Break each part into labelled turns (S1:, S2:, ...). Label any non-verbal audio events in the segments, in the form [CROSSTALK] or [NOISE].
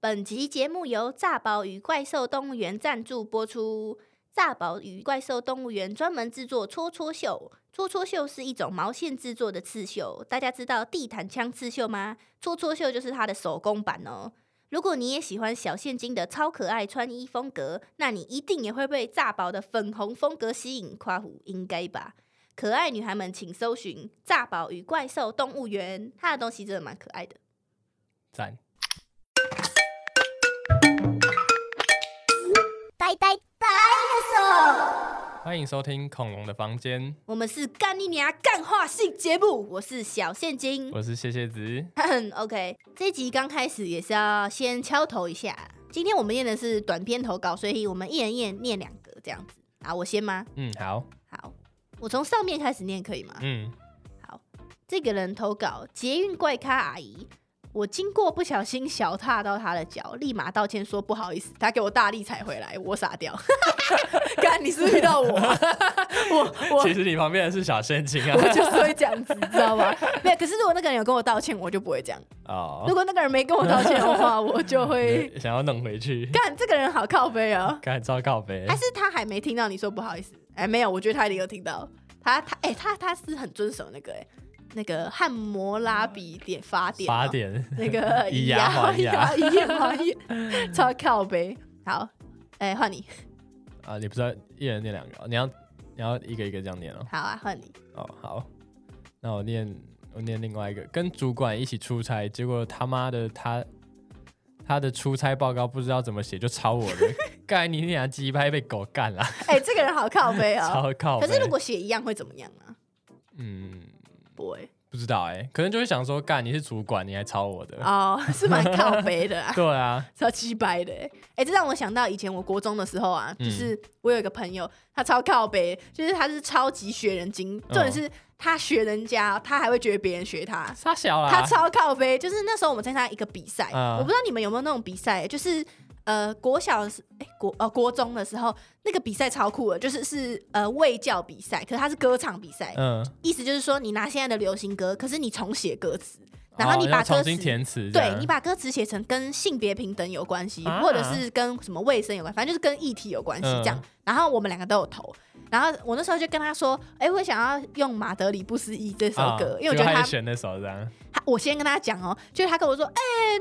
S1: 本集节目由炸宝与怪兽动物园赞助播出。炸宝与怪兽动物园专门制作戳戳绣，戳戳绣是一种毛线制作的刺绣。大家知道地毯枪刺绣吗？戳戳绣就是它的手工版哦。如果你也喜欢小现金的超可爱穿衣风格，那你一定也会被炸宝的粉红风格吸引。夸虎应该吧？可爱女孩们，请搜寻“炸宝与怪兽动物园”，它的东西真的蛮可爱的。
S2: 赞。
S3: 呆呆 dinosaur，
S2: 欢迎收听《恐龙的房间
S1: 我们是干你娘干话性节目，我是小现》，金。 [LAUGHS]
S2: 我是谢谢子。
S1: OK，这一集刚开始也是要先敲头一下。今天我们念的是短篇投稿，所以我们一人念念两个这样子。啊，我先吗？
S2: 嗯，好，
S1: 好，我从上面开始念可以吗？
S2: 嗯，
S1: 好，这个人投稿捷运怪咖阿姨，我经过不小心小踏到她的脚，立马道歉说不好意思，她给我大力踩回来，我傻掉。 [LAUGHS] 干，你是不是遇到我 [LAUGHS] 啊？我我
S2: 其实你旁边的是小现金啊
S1: [LAUGHS] 我。就是会这
S2: [LAUGHS]
S1: 样子，你知道吗？没有，可是如果那个人有跟我道歉，我就不会这样。如
S2: 哦，
S1: 果那个人没跟我道歉的
S2: [LAUGHS]
S1: 话，我就会
S2: 想要弄
S1: [LAUGHS]
S2: 回去，
S1: 干这个人好靠背啊！
S2: 赶紧照告呗
S1: 还。是他还没听到你说不好意思？哎，没有，我觉得他一定有听到。他他哎、他他是很遵守那个哎、那个汉摩拉比点法典哦、
S2: 八点，
S1: 那个
S2: [LAUGHS] 以牙还
S1: [LAUGHS]
S2: 牙
S1: 以牙还牙，超靠背。好，哎、换你，
S2: 啊！你不是要一人念两个哦？你要你要一个一个这样念哦。
S1: 好啊，换你。
S2: 哦，好，那我念我念另外一个，跟主管一起出差，结果他妈的他他的出差报告不知道怎么写就抄我
S1: [LAUGHS]
S2: 的，盖你俩鸡拍被狗干了，
S1: 哎、这个人好靠背哦。
S2: [LAUGHS] 超靠北。
S1: 可是如果写一样会怎么样啊？
S2: 嗯，
S1: 不会
S2: 不知道哎、可能就会想说，干你是主管，你还抄我的，
S1: 哦，是蛮靠背的啊。
S2: 对啊，
S1: 超鸡掰的、欸，哎、这让我想到以前我国中的时候啊，
S2: 嗯
S1: 就是我有一个朋友，他超靠北，就是他是超级学人精，重
S2: 嗯
S1: 点是他学人家，他还会觉得别人学他，
S2: 傻小啦，
S1: 他超靠北。就是那时候我们参加一个比赛，
S2: 啊
S1: 我不知道你们有没有那种比赛，就是呃国小的时，哎、国呃国中的时候那个比赛超酷的，就是是呃卫教比赛，可是它是歌唱比赛，
S2: 嗯，
S1: 意思就是说你拿现在的流行歌，可是你重写歌词，然后你
S2: 哦
S1: 把
S2: 要
S1: 歌
S2: 重
S1: 词、
S2: 新填词这样，
S1: 对你把歌词写成跟性别平等有关系，
S2: 啊
S1: 或者是跟什么卫生有关，反正就是跟议题有关系
S2: 嗯
S1: 这样。然后我们两个都有投，然后我那时候就跟他说，哎、我想要用马德里不思议这首歌，
S2: 啊
S1: 因为我觉得
S2: 就
S1: 他
S2: 还选那首这样，
S1: 他我先跟他讲哦、就是他跟我说，哎、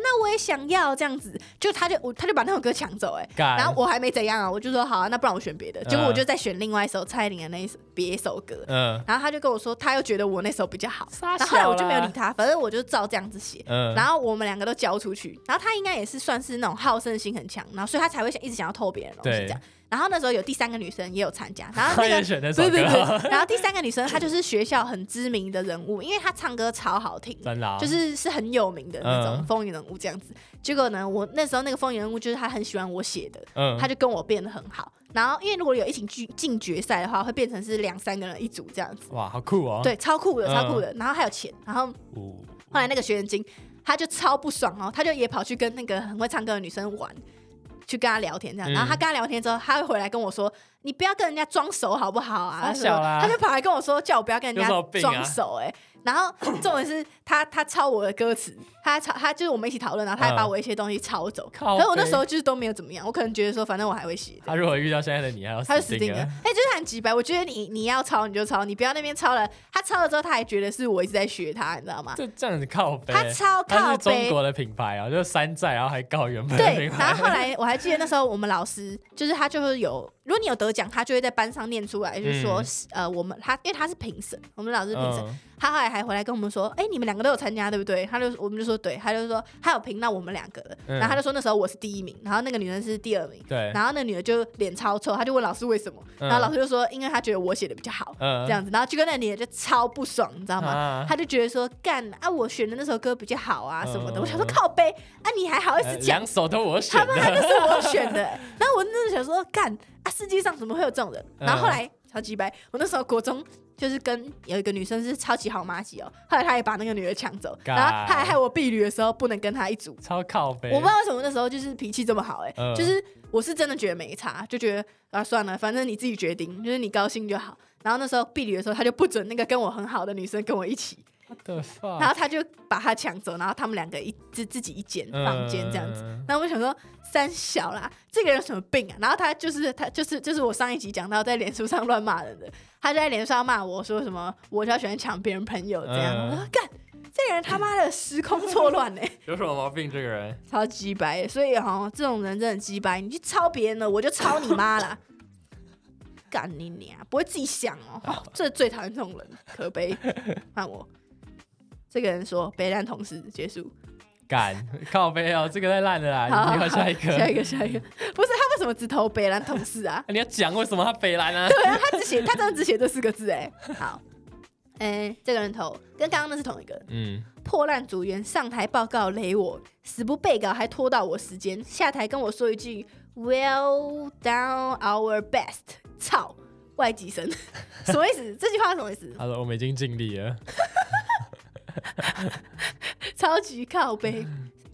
S1: 那我也想要这样子，就他就我他就把那首歌抢走、哎。
S2: 干，
S1: 然后我还没怎样啊，我就说好啊，那不然我选别的。结果
S2: 嗯
S1: 我就再选另外一首蔡依林的那一首别首歌，
S2: 嗯
S1: 然后他就跟我说，他又觉得我那首比较好，
S2: 傻
S1: 然后后来
S2: 小啊
S1: 我就没有
S2: 啦
S1: 理他，反正我就照这样子写。
S2: 嗯，
S1: 然
S2: 后
S1: 后我们两个都交出去，然后他应该也是算是那种好胜心很强，然后所以他才会想一直想要偷别人的东西
S2: 对
S1: 这样。然后那时候有第三个女生也有参加，然后
S2: 他
S1: 那
S2: 也
S1: 个。
S2: 选那首
S1: 对对
S2: 歌，
S1: 对，然后第三个女生她就是学校很知名的人物，因为她唱歌超好听，
S2: 真的啊，
S1: 就是是很有名的那种
S2: 嗯
S1: 风云人物这样子。结果呢，我那时候那个风云人物就是他很喜欢我写的，
S2: 嗯，
S1: 他就跟我变得很好。然后因为如果有一起进进决赛的话，会变成是两三个人一组这样子，
S2: 哇，好酷哦，，
S1: 对，超酷的，
S2: 嗯
S1: 超酷的。然后还有钱，然后后来那个学员精，他就超不爽哦，他就也跑去跟那个很会唱歌的女生玩，去跟她聊天这样。
S2: 嗯
S1: 然后他跟她聊天之后，他会回来跟我说：“你不要跟人家装熟好不好啊？”
S2: 傻小啦
S1: 他就跑来跟我说：“叫我不要跟人
S2: 有什么
S1: 家
S2: 病啊
S1: 装熟。”哎，然
S2: [COUGHS]
S1: 后重点是他他抄我的歌词，他抄他就是我们一起讨论，然后他还
S2: 嗯
S1: 把我一些东西抄走。
S2: 靠
S1: 可是我那
S2: 背
S1: 时候就是都没有怎么样，我可能觉得说反正我还会写。
S2: 他如果遇到现在的你，还要
S1: 他就死定了，哎、就是很直白。我觉得你你要抄你就抄，你不要那边抄了。他抄了之后，他还觉得是我一直在学他，你知道吗？
S2: 这这样子靠背，
S1: 他超
S2: 他
S1: 靠
S2: 是中
S1: 背，
S2: 国的品牌啊，就是山寨，然后还告原本的
S1: 对
S2: 品，牌，
S1: 然后后来我还记得那时候我们老师，就是他就是有，如果你有得奖，他就会在班上念出来，就是说、
S2: 嗯
S1: 呃，我们他因为他是评审，我们老师是评审，
S2: 嗯
S1: 他后来还回来跟我们说，哎、你们两个都有参加对不对？他就我们就说对，他就说他有评到我们两个了，
S2: 嗯
S1: 然后他就说那时候我是第一名，然后那个女生是第二名，
S2: 对，
S1: 然后那女的就脸超臭，她就问老师为什么，
S2: 嗯
S1: 然后老师就说因为他觉得我写的比较好。
S2: 嗯
S1: 这样子，然后就跟那女的就超不爽，你知道吗？
S2: 啊
S1: 他就觉得说干啊，我选的那首歌比较好啊什么的。
S2: 嗯
S1: 我想说靠背啊，你还好意思
S2: 呃
S1: 讲
S2: 两首都我
S1: 他
S2: 选
S1: 们还
S2: 的，
S1: 那是我选的、 [LAUGHS] 然后我那时候想说，干啊，世界上怎么会有这种人？
S2: 嗯
S1: 然后后来超级白，我那时候国中就是跟有一个女生是超级好妈吉哦，后来她也把那个女的抢走，
S2: 干
S1: 然后她还害我婢女的时候不能跟她一组。
S2: [LAUGHS] 超靠背，
S1: 我不知道为什么那时候就是脾气这么好、哎、
S2: 嗯
S1: 就是我是真的觉得没差，就觉得啊算了，反正你自己决定，就是你高兴就好。然后那时候婢女的时候，她就不准那个跟我很好的女生跟我一起，
S2: 的 fuck，
S1: 然后他就把他抢走，然后他们两个一自自己一间房间这样子。
S2: 嗯
S1: 然后我想说三小啦，这个人有什么病啊？然后他就是他就是就是我上一集讲到在脸书上乱骂人的，他就在脸书上骂我说什么我就要喜欢抢别人朋友这样。
S2: 嗯
S1: 我说干，这个人他妈的时空错乱欸呢、
S2: 有什么毛病？这个人
S1: 超鸡掰的。所以哈、这种人真的鸡掰，你去抄别人的，我就抄你妈
S2: [LAUGHS]
S1: 啦。干你娘！不会自己想哦，哦这最讨厌这种人，可悲。换我，这个人说北烂同事结束。
S2: 敢靠背哦，这个太烂了啦！你要下一个，？
S1: 下一个，下一个。不是他为什么只投北兰同事啊
S2: 你要讲为什么他北蓝啊？
S1: 对啊，他只写他真的只写这四个字哎。好，哎、这个人投跟刚刚那是同一个。
S2: 嗯，
S1: 破烂组员上台报告雷我，死不被告还拖到我时间，下台跟我说一句 “Well done our best”，操，外籍生， [LAUGHS] 什么意思？这句话什么意思？
S2: 他说我们已经尽力了，
S1: 超级靠背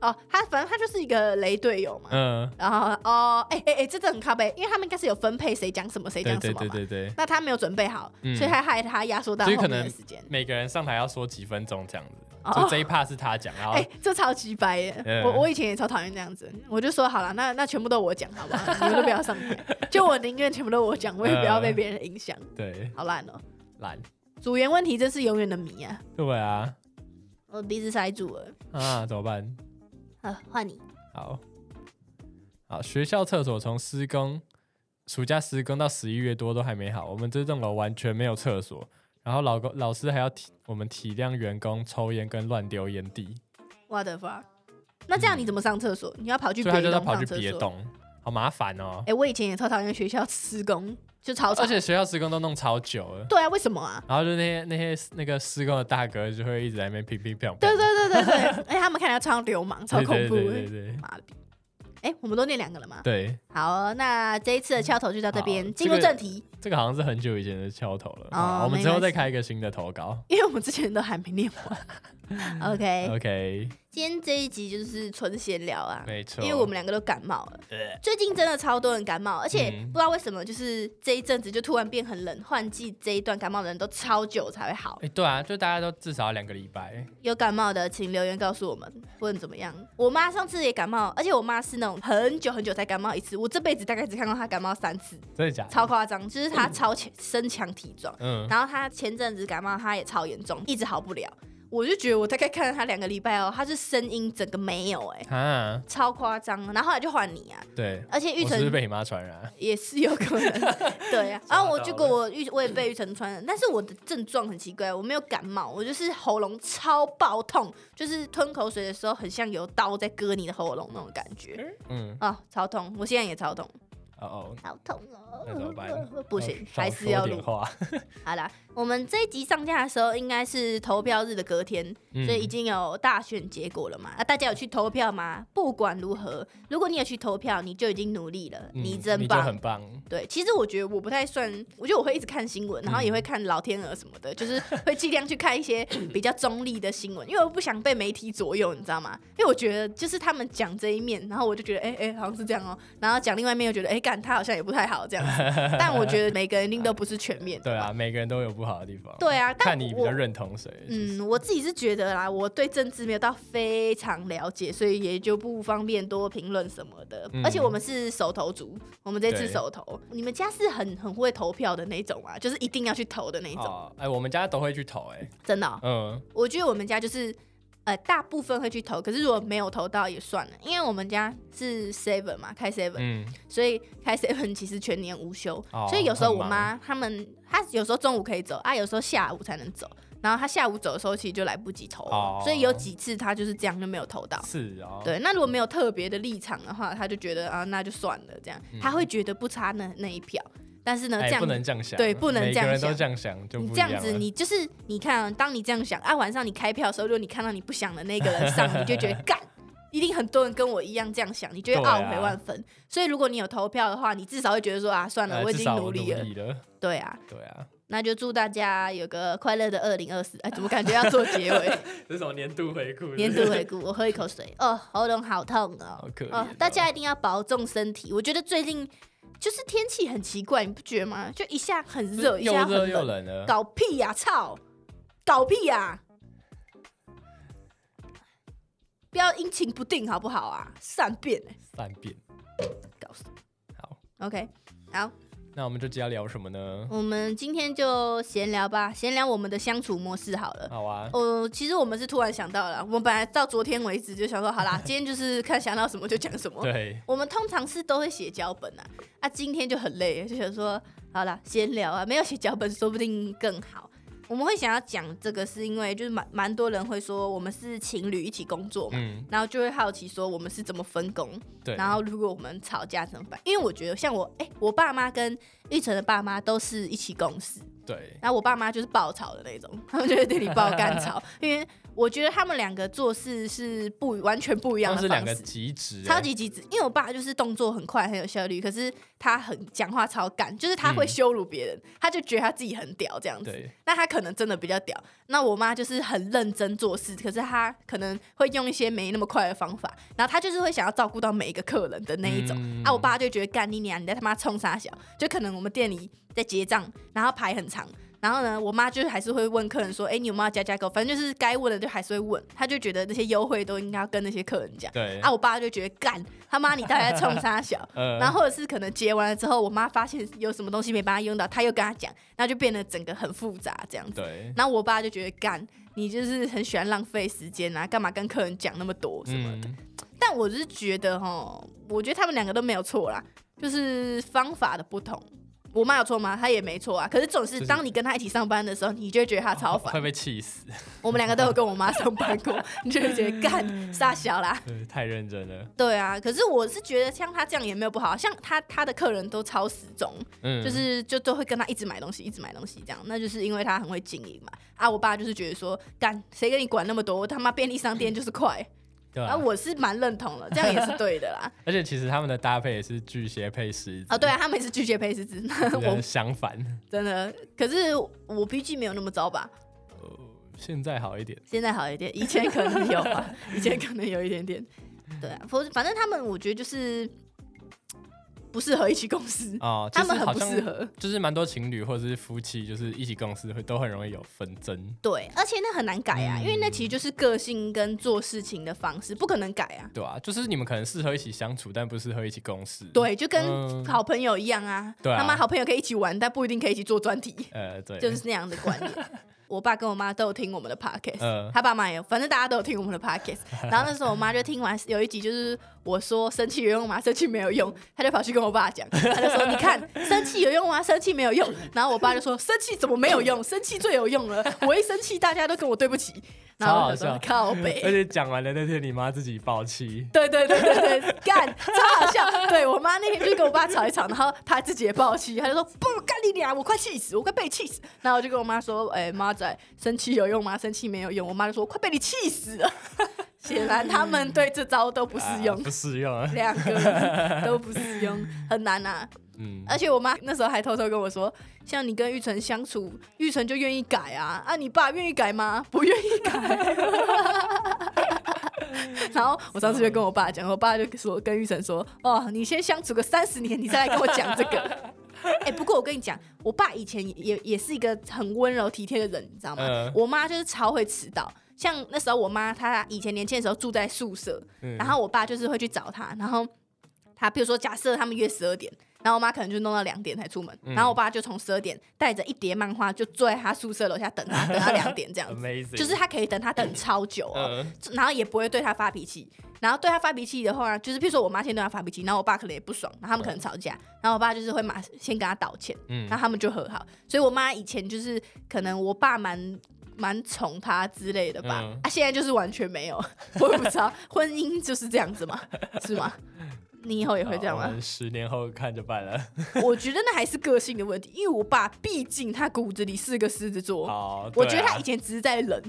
S1: 哦，他反正他就是一个雷队友嘛。
S2: 嗯，
S1: 然后哦，哎哎哎，这真的很靠背，因为他们应该是有分配谁讲什么，谁
S2: 对
S1: 讲什
S2: 对
S1: 么嘛。
S2: 对对对，
S1: 那他没有准备好，
S2: 嗯
S1: 所以他害他压缩到
S2: 所
S1: 后
S2: 以可
S1: 面
S2: 能
S1: 的时间。
S2: 每个人上台要说几分钟这样子，
S1: 哦
S2: 就这一 part 是他讲，然后
S1: 哎、这超级白耶！
S2: 嗯
S1: 我我以前也超讨厌这样子，我就说好了，那那全部都我讲，好不好？你们都不要上台，就我宁愿全部都我讲，我也不
S2: 嗯
S1: 要被别人影响。
S2: 对
S1: 好烂哦、
S2: 懒，
S1: 组员问题真是永远的谜啊！
S2: 对啊
S1: 我鼻子塞住了。
S2: 啊，怎么办？
S1: 啊，换你。
S2: 好，好，学校厕所从施工，暑假施工到十一月多都还没好，我们这栋楼完全没有厕所，然后老公老师还要体我们体谅员工抽烟跟乱丢烟蒂，
S1: What the fuck？那这样你怎么上厕所？你要跑去
S2: 所
S1: 别
S2: 以他就
S1: 的
S2: 要
S1: 栋
S2: 跑
S1: 上
S2: 去
S1: 厕
S2: 别
S1: 所？
S2: 栋，好麻烦哦
S1: 哎、。我以前也超讨厌学校施工，就超吵
S2: 而。且学校施工都弄超久了，
S1: 对啊，为什么啊？
S2: 然后就那些那些那个施工的大哥就会一直在那边乒乒乓乓，
S1: 对对对对对， [LAUGHS] 哎、他们看起来超流氓，超
S2: 对
S1: 恐怖欸
S2: 对
S1: 的
S2: 对。对
S1: 妈的逼！哎、我们都念两个了吗？
S2: 对，
S1: 好，那这一次的敲头就到这
S2: 嗯好
S1: 边，进入
S2: 这个
S1: 正题，
S2: 这个好像是很久以前的敲头了，
S1: 哦
S2: 好我们
S1: 没
S2: 之后
S1: 关
S2: 再
S1: 系
S2: 开一个新的投稿
S1: 因为我们之前都还没念
S2: [LAUGHS]
S1: 完。OK，
S2: ，OK，
S1: 今天这一集就是纯闲聊啊，
S2: 没错，
S1: 因为我们两个都感冒了
S2: 呃，
S1: 最近真的超多人感冒，而且
S2: 嗯
S1: 不知道为什么，就是这一阵子就突然变很冷，换季这一段感冒的人都超久才会好
S2: 哎、。对啊，就大家都至少要两个礼拜。
S1: 有感冒的请留言告诉我们，不论怎么样。我妈上次也感冒，而且我妈是那种很久很久才感冒一次，我这辈子大概只看过她感冒三次，
S2: 真的假的？
S1: 超夸张，就是她超强身强体壮。
S2: 嗯，
S1: 然后他前阵子感冒，他也超严重，一直好不了。我就觉得我大概看了他两个礼拜哦，他是声音整个没有哎、
S2: 啊，
S1: 超夸张。然后后来就换你啊，
S2: 对，
S1: 而且玉
S2: 我是不是
S1: 成
S2: 被你妈传染？
S1: 也是有可
S2: [LAUGHS]
S1: 能，对啊。
S2: 吓
S1: 然
S2: 到
S1: 后我
S2: 了
S1: 结果我玉我也被玉成传染，但是我的症状很奇怪，我没有感冒，我就是喉咙超爆痛，就是吞口水的时候很像有刀在割你的喉咙那种感觉
S2: 嗯，
S1: 啊、超痛！我现在也超痛，
S2: 哦哦，
S1: 好痛
S2: 那怎么办
S1: 哦！不行，
S2: 少
S1: 还是要
S2: 说
S1: 录
S2: 点。话。
S1: 好啦，我们这一集上架的时候应该是投票日的隔天，[LAUGHS]
S2: 嗯
S1: 所以已经有大选结果了嘛？啊，大家有去投票吗？不管如何，如果你有去投票，你就已经努力了，
S2: 嗯
S1: 你真
S2: 你就
S1: 棒
S2: 很。棒。
S1: 对，其实我觉得我不太算，我觉得我会一直看新
S2: 嗯
S1: 闻，然后也会看老天鹅什么的，就是会尽量去看一
S2: [COUGHS]
S1: 些比较中立的新闻，因为我不想被媒体左右，你知道吗？因为我觉得就是他们讲这一面，然后我就觉得哎哎、好像是这样哦、然后讲另外一面又觉得哎干、他好像也不太好这样子，
S2: [LAUGHS]
S1: 但我觉得每个人一定都不是全面的
S2: 对
S1: 嘛
S2: 啊，每个人都有不好的地方。
S1: 对啊，但
S2: 看你比
S1: 我
S2: 较认同谁。嗯，
S1: 嗯，我自己是觉得啦，我对政治没有到非常了解，所以也就不方便多评论什么的。
S2: 嗯
S1: 而且我们是手头族，我们这次
S2: 对
S1: 手头，你们家是很很会投票的那种啊，就是一定要去投的那种，
S2: 哦，哎，我们家都会去投，哎，
S1: 真的哦、
S2: 嗯，
S1: 我觉得我们家就是呃大部分会去投，可是如果没有投到也算了，因为我们家是 seven 嘛，开 seven，、
S2: 嗯，
S1: 所以开 seven 其实全年无休，
S2: 哦
S1: 所以有时候
S2: 很
S1: 我
S2: 忙
S1: 妈他们，她有时候中午可以走啊，有时候下午才能走。然后她下午走的时候，其实就来不及投了，
S2: 哦
S1: 所以有几次她就是这样就没有投到。
S2: 是哦。，
S1: 对，那如果没有特别的立场的话，她就觉得啊，那就算了，这样她会觉得不差那那一票。但是呢，这
S2: 嗯哎，
S1: 样
S2: 不能这样想。
S1: 对不能
S2: 每
S1: 这样
S2: 个人都
S1: 想
S2: 这样想，就
S1: 你
S2: 不
S1: 这
S2: 一
S1: 样子，
S2: 了
S1: 你就是你看啊、当你这样想啊，晚上你开票的时候，如果你看到你不想的那个人上，你就觉得
S2: [LAUGHS]
S1: 干，一定很多人跟我一样这样想，你就会
S2: 对啊
S1: 懊悔万分。所以如果你有投票的话，你至少会觉得说啊，算了，
S2: 哎
S1: 我已
S2: 至
S1: 经
S2: 少
S1: 努
S2: 我
S1: 力了。
S2: 力了。
S1: 对啊，
S2: 对啊，
S1: 那就祝大家有个快乐的二零二四。哎，怎么感觉要做结
S2: [LAUGHS]
S1: 尾？
S2: 这是什么年度回顾？
S1: 年度回顾，我喝一口水。哦，喉咙好痛哦
S2: [LAUGHS] 好。可
S1: 哦
S2: 怜，
S1: 大家一定要保重身体。我觉得最近就是天气很奇怪，你不觉得吗？就一下很热，一
S2: 嗯又
S1: 下
S2: 热
S1: 很
S2: 又冷了。
S1: 搞屁呀、操！搞屁呀、不要阴晴不定好不好啊？善变、欸，
S2: 善变。
S1: 搞死。
S2: 好，
S1: OK，好，
S2: 那我们这集要聊什么呢？
S1: 我们今天就闲聊吧，闲聊我们的相处模式好了。
S2: 好啊，
S1: 哦，其实我们是突然想到了，我们本来到昨天为止就想说，好啦，今天就是看想到什么就讲什么。
S2: 对，
S1: 我们通常是都会写脚本啊，啊，今天就很累，就想说，好啦，闲聊啊，没有写脚本说不定更好。我们会想要讲这个，是因为就是蛮蛮多人会说我们是情侣一起工作嘛，
S2: 嗯，
S1: 然后就会好奇说我们是怎么分工，
S2: 对，
S1: 然后如果我们吵架怎么办？因为我觉得像我，哎、我爸妈跟玉成的爸妈都是一起共事，
S2: 对，
S1: 然后我爸妈就是爆吵的那种， [LAUGHS] 他们就会对你爆干
S2: [LAUGHS]
S1: 吵，因为我觉得他们两个做事是不完全不一
S2: 他
S1: 样
S2: 们
S1: 的
S2: 是两
S1: 方
S2: 个
S1: 式。
S2: 极致欸，
S1: 超级机智，因为我爸就是动作很快，很有效率，可是他很讲话超干，就是他会
S2: 嗯
S1: 羞辱别人，他就觉得他自己很屌这样子。
S2: 对，
S1: 那他可能真的比较屌。那我妈就是很认真做事，可是她可能会用一些没那么快的方法，然后她就是会想要照顾到每一个客人的那一种。
S2: 嗯
S1: 啊，我爸就觉得干你娘，你在他妈冲啥小？就可能我们店里在结账，然后排很长。然后呢，我妈就是还是会问客人说：“哎，你有没有要加价购？”反正就是该问的就还是会问。她就觉得那些优惠都应该要跟那些客人讲。
S2: 对，
S1: 啊，我爸就觉得干他妈你到底在冲啥
S2: [LAUGHS]
S1: 小？
S2: 呃，
S1: 然后或者是可能结完了之后，我妈发现有什么东西没帮她用到，她又跟她讲，然后就变得整个很复杂这样子。
S2: 对，
S1: 然后我爸就觉得干，你就是很喜欢浪费时间啊，干嘛跟客人讲那么多什么的？
S2: 嗯，
S1: 但我是觉得哈，我觉得他们两个都没有错啦，就是方法的不同。我妈有错吗？她也没错啊。可是总
S2: 就是是
S1: 当你跟她一起上班的时候，你就会觉得她超烦
S2: 会。被气死，
S1: 我们两个都有跟我妈上班过， [LAUGHS] 你就会觉得干
S2: 嗯
S1: 傻小啦。
S2: 对，太认真了，
S1: 对啊，可是我是觉得像他这样也没有不好，像他他的客人都超死忠，
S2: 嗯，
S1: 就是就都会跟他一直买东西，一直买东西这样，那就是因为他很会经营嘛。啊，我爸就是觉得说，干谁跟你管那么多？我他妈便利商店就是快。
S2: 对
S1: 啊，
S2: 啊，
S1: 我是蛮认同了，这样也是对的
S2: [LAUGHS]
S1: 啦。
S2: 而且其实他们的搭配也是巨蟹配狮子，
S1: 啊，对啊，他们也是拒绝配食子，那 [LAUGHS]
S2: 有
S1: 我
S2: 点相反，
S1: 真的，可是我脾气没有那么糟吧？
S2: 呃，现在好一点，
S1: 现在好一点，以前可能有啊，以前可能有一点点。对啊，反反正他们我觉得就是不适合一起共事，
S2: 哦，
S1: 他们
S2: 就是
S1: 很
S2: 好
S1: 不适
S2: 像
S1: 合。
S2: 就是蛮多情侣或者是夫妻，就是一起共事会都很容易有纷争，
S1: 对，而且那很难改啊，因
S2: 嗯
S1: 为那其实就是个性跟做事情的方式，不可能改啊。
S2: 对啊，就是你们可能适合一起相处，但不适合一起共事。，
S1: 对，就跟
S2: 嗯
S1: 好朋友一样啊，
S2: 对啊
S1: 他妈好朋友可以一起玩，但不一定可以一起做专题，
S2: 呃，对，
S1: 就是那样的观念。我爸跟我妈都有听我们的 podcast，、
S2: 嗯
S1: 他爸妈也有，反正大家都有听我们的 podcast。然后那时候我妈就听完有一集，就是我说生气有用吗？生气没有用，他就跑去跟我爸讲，他就说你看生气有用吗？生气没有用。然后我爸就说生气怎么没有用？生气最有用了，我一生气大家都跟我对不起。然后我就说靠北，
S2: 而且讲完了那天，你妈自己爆气，
S1: 对对对对对，干，超好笑。对我妈那天就跟我爸吵一吵，然后她自己也爆气，她就说不干你娘，我快气死，我快被气死。然后我就跟我妈说，哎、妈仔，生气有用吗？生气没有用。我妈就说，我快被你气死了。 [LAUGHS] 显然他们对这招都不适用
S2: 啊， [LAUGHS] 不适用啊。
S1: 两、个人都不适用，很难啊。
S2: 嗯，
S1: 而且我妈那时候还偷偷跟我说，像你跟玉成相处，玉成就愿意改啊，啊，你爸愿意改吗？ [LAUGHS] 不愿意改。然后我上次就跟我爸讲，我爸就说跟玉成说，哦，你先相处个三十年，你再来跟我讲这个。
S2: [LAUGHS]
S1: 哎、不过我跟你讲，我爸以前也也也是一个很温柔体贴的人，你知道吗？
S2: 嗯
S1: 我妈就是超会迟到。像那时候我妈她以前年轻的时候住在宿舍，[LAUGHS]
S2: 嗯
S1: 然后我爸就是会去找她，然后他比如说假设他们约十二点，然后我妈可能就弄到两点才出门，然后我爸就从十二点带着一叠漫画就坐在他宿舍楼下等他，等到两点这样子。
S2: amazing，
S1: 就是他可以等他等超久哦，
S2: 嗯
S1: 然后也不会对他发脾气，然后对他发脾气的话，就是譬如说我妈先对他发脾气，然后我爸可能也不爽，然后他们可能吵架，然后我爸就是会马先跟他道歉，
S2: 嗯
S1: 然后他们就和好。所以我妈以前就是可能我爸蛮蛮宠她之类的吧，
S2: 嗯
S1: 啊，现在就是完全没有， [LAUGHS] 我也不知道，婚姻就是这样子
S2: [LAUGHS]
S1: 嘛，是吗？你以后也会这样
S2: 好我
S1: 吗？
S2: 们十年后看着办了。
S1: 我觉得那还是个性的问题，因为我爸毕竟他骨子里是个狮子座。
S2: 好，
S1: 我
S2: 对
S1: 觉得他
S2: 啊
S1: 以前只是在
S2: [LAUGHS]
S1: 忍，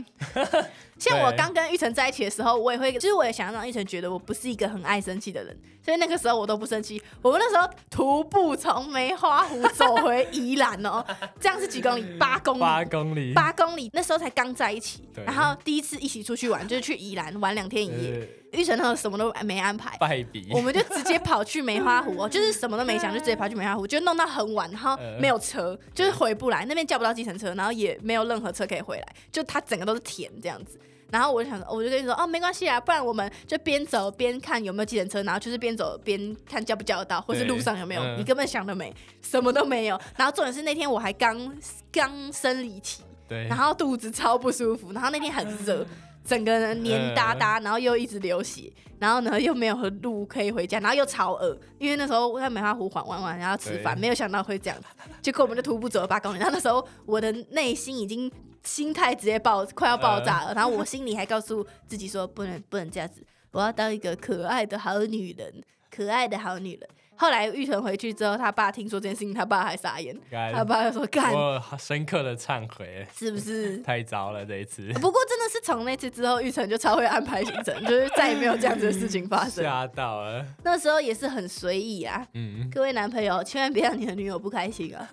S1: 像我刚跟玉成在一起的时候，我也会，就是我也想让玉成觉得我不是一个很爱生气的人，所以那个时候我都不生气。我们那时候徒步从梅花湖走回宜兰哦，这样是几公里？八公
S2: 八
S1: 里。
S2: 公里，
S1: 八公里，那时候才刚在一起，
S2: 对
S1: 然后第一次一起出去玩，就是去宜兰玩两天一夜。
S2: 呃
S1: 玉成那时候什么都没安排，
S2: 败笔，
S1: 我们就直接跑去梅花湖哦，就是什么都没想，就直接跑去梅花湖，就弄到很晚，然后
S2: 呃
S1: 没有车，就是回不来，那边叫不到计程车，然后也没有任何车可以回来，就它整个都是田这样子。然后我就想说，我就跟你说，哦，没关系啊，不然我们就边走边看有没有计程车，然后就是边走边看叫不叫得到，或是
S2: 对
S1: 路上有没有，
S2: 嗯
S1: 你根本想都没，什么都没有。然后重点是那天我还刚刚生理期，
S2: 对
S1: 然，后肚子超不舒服，然后那天很热，整个人
S2: 嗯
S1: 黏哒哒，然后又一直流血，然后呢又没有路可以回家，然后又超饿，因为那时候在梅花湖缓玩完，然后吃饭，
S2: 对
S1: 没有想到会这样子，结果我们就徒步走了八公里，然后那时候我的内心已经心态直接爆，快要爆炸了，
S2: 嗯
S1: 然后我心里还告诉自己说不能不能这样子，我要当一个可爱的好女人，可爱的好女人。后来玉成回去之后，他爸听说这件事情，他爸还傻眼，
S2: 干
S1: 他爸就说干
S2: 哎我深刻的忏悔，
S1: 是不是？
S2: 太糟了这一次，
S1: 不过真的是从那次之后，玉成就超会安排行程， [LAUGHS] 就是再也没有这样子的事情发生。
S2: 吓到了，
S1: 那时候也是很随意啊，
S2: 嗯，
S1: 各位男朋友千万别让你的女友不开心
S2: [LAUGHS]
S1: 啊，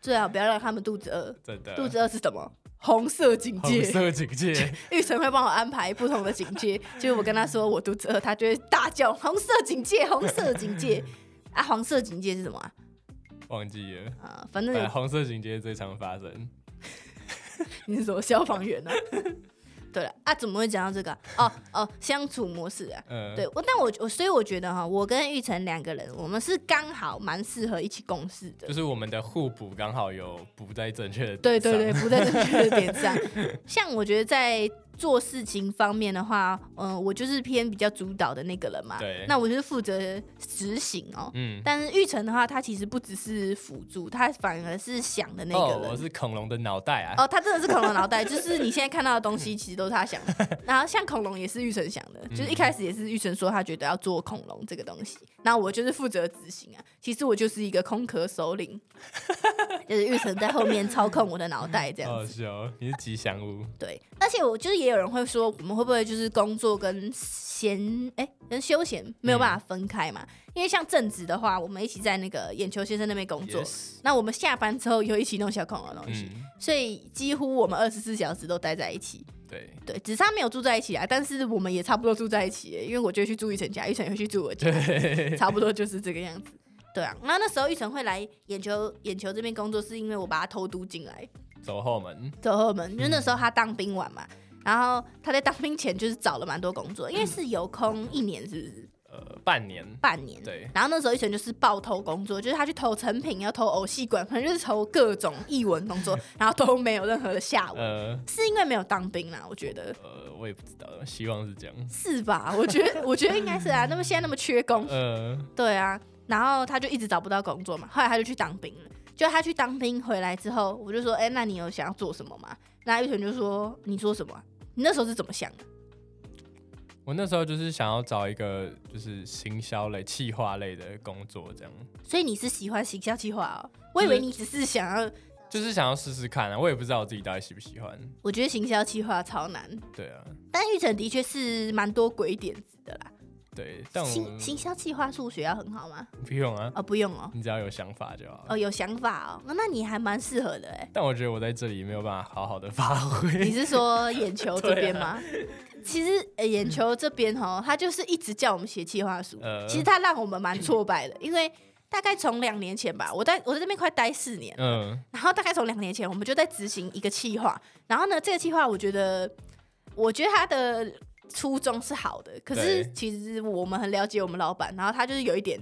S1: 最好不要让他们肚子饿。
S2: 真的，
S1: 肚子饿是什么？红色警
S2: 红
S1: 戒。
S2: 色警戒，
S1: 玉成会帮我安排不同的警
S2: [LAUGHS]
S1: 戒，就是我跟他说我肚子饿，他就会大叫红色警戒，红色警
S2: [LAUGHS]
S1: 戒。啊，黄色警戒是什么啊？
S2: 忘记
S1: [LAUGHS]
S2: 了。
S1: 啊，反正
S2: 哎，红色警戒最常发生，
S1: 你是什么消防
S2: [LAUGHS]
S1: 员呢、啊？对了啊，怎么会讲到这个啊、哦哦，相处模式啊，
S2: 嗯，
S1: 对，我但我我所以我觉得哈，我跟玉成两个人，我们是刚好蛮适合一起共事的
S2: 就。是我们的互补刚好有补在正确的
S1: 对对
S2: 点 [LAUGHS]
S1: 对，
S2: 上，
S1: 不在正确的点上。像我觉得在做事情方面的话，嗯、我就是偏比较主导的那个人嘛。
S2: 对
S1: 那我就是负责执行哦。
S2: 嗯，
S1: 但是玉成的话，他其实不只是辅助，他反而是想的那
S2: 哦
S1: 个，人。
S2: 我是恐龙的脑袋啊，
S1: 哦，他真的是恐龙脑袋， [LAUGHS] 就是你现在看到的东西，其实都是他想的。然后像恐龙也是玉成想的，就是一开始也是玉成说他觉得要做恐龙这个东西，那我就是负责执行啊。其实我就是一个空壳首领，就是玉成在后面操控我的脑袋这样
S2: 好
S1: 子。
S2: 笑，哦你是吉祥物，
S1: 对，而且我就是也有人会说，我们会不会就是工作跟闲哎、跟休闲没有办法分开嘛？因为像正职的话，我们一起在那个眼球先生那边工作
S2: Yes
S1: 那我们下班之后又一起弄小恐龙的东西。
S2: 嗯，
S1: 所以几乎我们二十四小时都待在一起。
S2: 对，
S1: 对，只是他没有住在一起啊，但是我们也差不多住在一起耶，因为我就会去住玉成家，玉成也会去住我家，
S2: 对，
S1: 差不多就是这个样子。对啊，那那时候玉成会来眼球眼球这边工作，是因为我把他偷渡进来
S2: 走后门，
S1: 走后门，因为那时候他当兵完嘛，然后他在当兵前就是找了蛮多工作，因为是有空一年是不是
S2: 呃，半年，
S1: 半年？
S2: 对，
S1: 然后那时候一成就是爆偷工作，就是他去偷成品，要偷偶戏馆，反正就是偷各种译文工
S2: [LAUGHS]
S1: 作，然后都没有任何的下文。
S2: 呃
S1: 是因为没有当兵啦，我觉得
S2: 呃，我也不知道，希望是这样，
S1: 是吧？我觉
S2: [LAUGHS]
S1: 得，我觉得应该是啊。那么现在那么缺工，
S2: 呃，
S1: 对啊。然后他就一直找不到工作嘛，后来他就去当兵了。就他去当兵回来之后，我就说：“哎、那你有想要做什么吗？”那玉成就说：“你说什么啊、你那时候是怎么想的？
S2: 我那时候就是想要找一个就是行销类、企划类的工作，这样，
S1: 所以你是喜欢行销计划哦？我以为
S2: 就是
S1: 你只是想要……
S2: 就是想要试试看啊，我也不知道我自己到底喜不喜欢，
S1: 我觉得行销计划超难，
S2: 对啊，
S1: 但玉成的确是蛮多鬼点子的啦。
S2: 对，但
S1: 行
S2: 我
S1: 行销计划数学要很好吗？
S2: 不用啊，
S1: 哦，不用哦，
S2: 你只要有想法就好。
S1: 哦，有想法哦，那那你还蛮适合的哎。
S2: 但我觉得我在这里没有办法好好的发
S1: [LAUGHS] 你
S2: 挥，
S1: 是说眼球这边
S2: [LAUGHS]
S1: 吗？
S2: 啊
S1: 其实、呃眼球这边哦，他就是一直叫我们写计划书，
S2: 呃
S1: 其实他让我们蛮挫
S2: [LAUGHS]
S1: 败的，因为大概从两年前吧，我在我在这边快待四年，
S2: [LAUGHS] 嗯，
S1: 然后大概从两年前我们就在执行一个计划，然后呢，这个计划我觉得，我觉得他的初衷是好的，可是
S2: 对
S1: 其实我们很了解我们老板，然后他就是有一点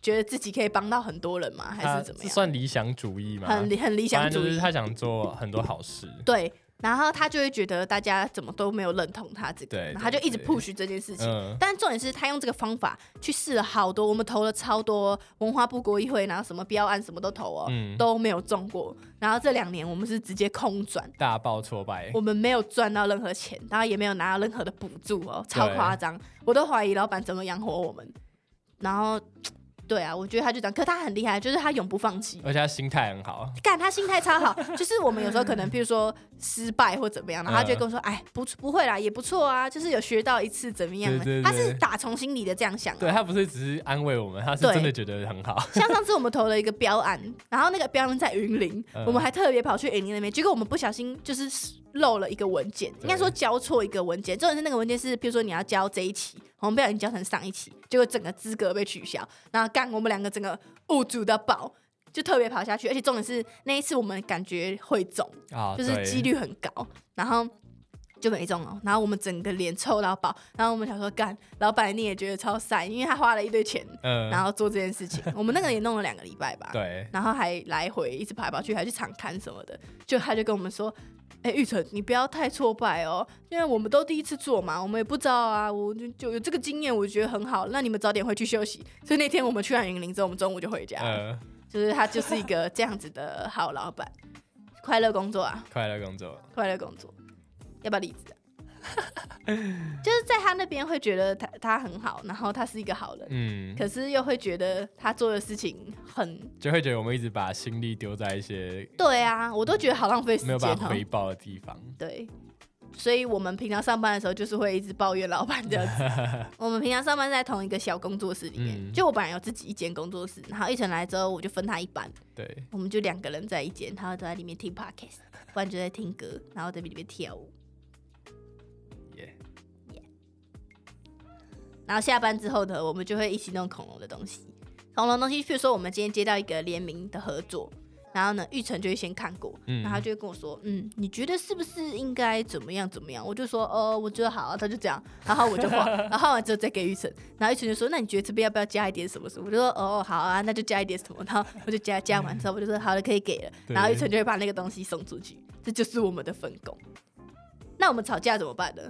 S1: 觉得自己可以帮到很多人嘛，还
S2: 他
S1: 是怎么样？
S2: 算理想主义嘛，
S1: 很理很理想
S2: 反正
S1: 主
S2: 就
S1: 义
S2: 是，他想做很多好事，
S1: 对，然后他就会觉得大家怎么都没有认同他这个，
S2: 对
S1: 然后他就一直
S2: 对
S1: push 这件事情。
S2: 嗯，
S1: 但重点是他用这个方法去试了好多，我们投了超多文化部国议会，然后什么标案什么都投哦，
S2: 嗯
S1: 都没有中过。然后这两年我们是直接空转，
S2: 大爆挫败
S1: 我，们没有赚到任何钱，然后也没有拿到任何的补助哦，超
S2: 对
S1: 夸张，我都怀疑老板怎么养活我们。然后，对啊，我觉得他就这样，可他很厉害，就是他永不放弃。
S2: 而且他心态很好，
S1: 干他心态超
S2: [LAUGHS]
S1: 好，就是我们有时候可能，譬如说失败或怎么样，
S2: 嗯
S1: 然后他就会跟我说：“哎、不不会啦，也不错啊，就是有学到一次怎么样的。
S2: 对对对
S1: 他是打从心里的这样想、
S2: 对他不是只是安慰我们，他是
S1: 对
S2: 真的觉得很好，
S1: 像上次我们投了一个标案，然后那个标案在云林，
S2: 嗯
S1: 我们还特别跑去云林那边，结果我们不小心就是漏了一个文件，应该说交错一个文件。重点是那个文件是，比如说你要交这一期，我们不小心交成上一期，结果整个资格被取消，然后干我们两个整个物主的宝。就特别跑下去，而且重点是那一次我们感觉会中，
S2: 啊，
S1: 就是
S2: 对
S1: 几率很高。然后就没中了。然后我们整个脸臭到爆，然后我们想说干，老板一定也觉得超晒，因为他花了一堆钱，
S2: 嗯，
S1: 然后做这件事情。我们那个也弄了两个礼拜吧，
S2: 对，
S1: 然后还来回一直跑来跑去，还去场刊什么的。就他就跟我们说：“哎、玉成，你不要太挫败哦，因为我们都第一次做嘛，我们也不知道啊，我就就有这个经验，我觉得很好。那你们早点回去休息。”所以那天我们去完云林之后，我们中午就回家了。
S2: 呃，
S1: 就是他就是一个这样子的好老板，快乐工作啊，
S2: 快乐工作，
S1: 快乐工作，要不要离职、啊？ [LAUGHS] 就是在他那边会觉得他他很好，然后他是一个好人，
S2: 嗯，
S1: 可是又会觉得他做的事情很
S2: 就会觉得我们一直把心力丢在一些
S1: 对啊，我都觉得好浪费时
S2: 没有
S1: 间
S2: 办法
S1: 哦。
S2: 回报的地方。
S1: 对，所以我们平常上班的时候就是会一直抱怨老板这样子。
S2: [LAUGHS]
S1: 我们平常上班在同一个小工作室里面，
S2: 嗯
S1: 就我本来有自己一间工作室，然后一晨来之后我就分他一半，
S2: 对，
S1: 我们就两个人在一间，他都在里面听 podcast，不然就在听歌，然后在里面跳舞。
S2: 耶，
S1: 然后下班之后呢，我们就会一起弄恐龙的东西。恐龙东西，譬如说我们今天接到一个联名的合作，然后呢，玉成就会先看过，
S2: 嗯
S1: 然后他就会跟我说，嗯，你觉得是不是应该怎么样怎么样？我就说，哦，我觉得好啊，他就这样，然后我就
S2: [LAUGHS]
S1: 画，然后画完之后再给玉成，然后玉成就说，那你觉得这边要不要加一点什么什么？我就说，哦，好啊，那就加一点什么，然后我就加加完之后，我就说，好了，可以给了，
S2: 对
S1: 然后玉成就会把那个东西送出去，这就是我们的分工。那我们吵架怎么办呢？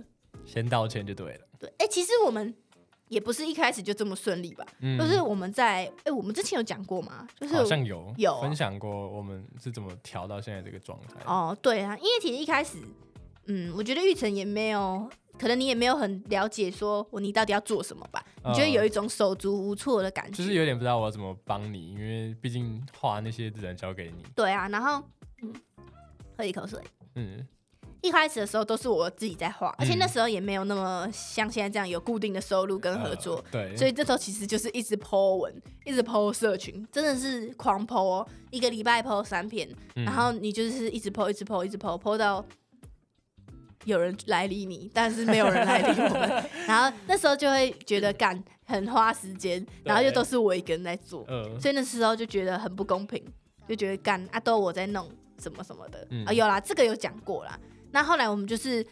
S2: 先道歉就对了。
S1: 对，哎、其实我们也不是一开始就这么顺利吧，
S2: 嗯
S1: 就是我们在哎、我们之前有讲过吗？就是
S2: 好像有
S1: 有
S2: 分享过我们是怎么调到现在这个状态。
S1: 哦，对啊，因为其实一开始，嗯，我觉得玉成也没有，可能你也没有很了解说哦我你到底要做什么吧，你觉得
S2: 嗯
S1: 有一种手足无措的感觉，
S2: 就是有点不知道我要怎么帮你，因为毕竟画那些只能交给你。
S1: 对啊，然后嗯，喝一口水。
S2: 嗯，
S1: 一开始的时候都是我自己在画，而且
S2: 嗯
S1: 那时候也没有那么像现在这样有固定的收入跟合作，
S2: 呃对，
S1: 所以这时候其实就是一直 po 文，一直 po 社群，真的是狂 po 哦，一个礼拜 po 三篇，
S2: 嗯
S1: 然后你就是一直 po，一直 po，一直 po，po 到有人来理你，但是没有人来理我们，
S2: [LAUGHS]
S1: 然后那时候就会觉得干很花时间，然后又都是我一个人在做，
S2: 呃，
S1: 所以那时候就觉得很不公平，就觉得干啊都我在弄什么什么的、
S2: 嗯
S1: 啊有啦，这个有讲过啦。那后来我们就是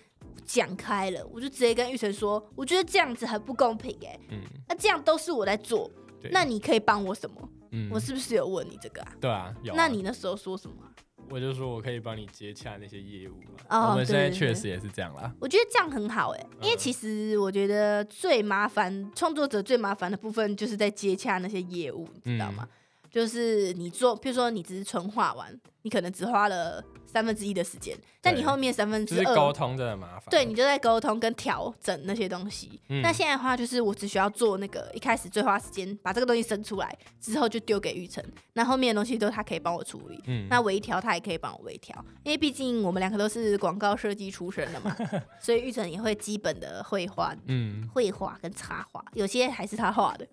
S1: 讲开了，我就直接跟玉成说，我觉得这样子很不公平哎、
S2: 嗯，
S1: 那、这样都是我在做，
S2: 对，
S1: 那你可以帮我什么？
S2: 嗯
S1: 我是不是有问你这个啊？
S2: 对啊，有啊
S1: 那你那时候说什么啊、
S2: 我就说我可以帮你接洽那些业务
S1: 哦
S2: 啊。我们现在
S1: 对对
S2: 确
S1: 对
S2: 实也是这样啦。
S1: 我觉得这样很好哎、因为
S2: 嗯
S1: 其实我觉得最麻烦，创作者最麻烦的部分就是在接洽那些业务，你知道吗？
S2: 嗯
S1: 就是你做，譬如说你只是纯画完，你可能只花了三分之一的时间，但你后面三分
S2: 就
S1: 之
S2: 是沟
S1: 二，
S2: 通真的麻烦。
S1: 呃对你就在沟通跟调整那些东西。
S2: 嗯
S1: 那现在的话，就是我只需要做那个一开始最花时间把这个东西生出来之后，就丢给玉成，那后面的东西都他可以帮我处理。
S2: 嗯，
S1: 那微调他也可以帮我微调，因为毕竟我们两个都是广告设计出身的
S2: [LAUGHS]
S1: 嘛，所以玉成也会基本的绘画、
S2: 嗯，
S1: 绘画跟插画，有些还是他画的，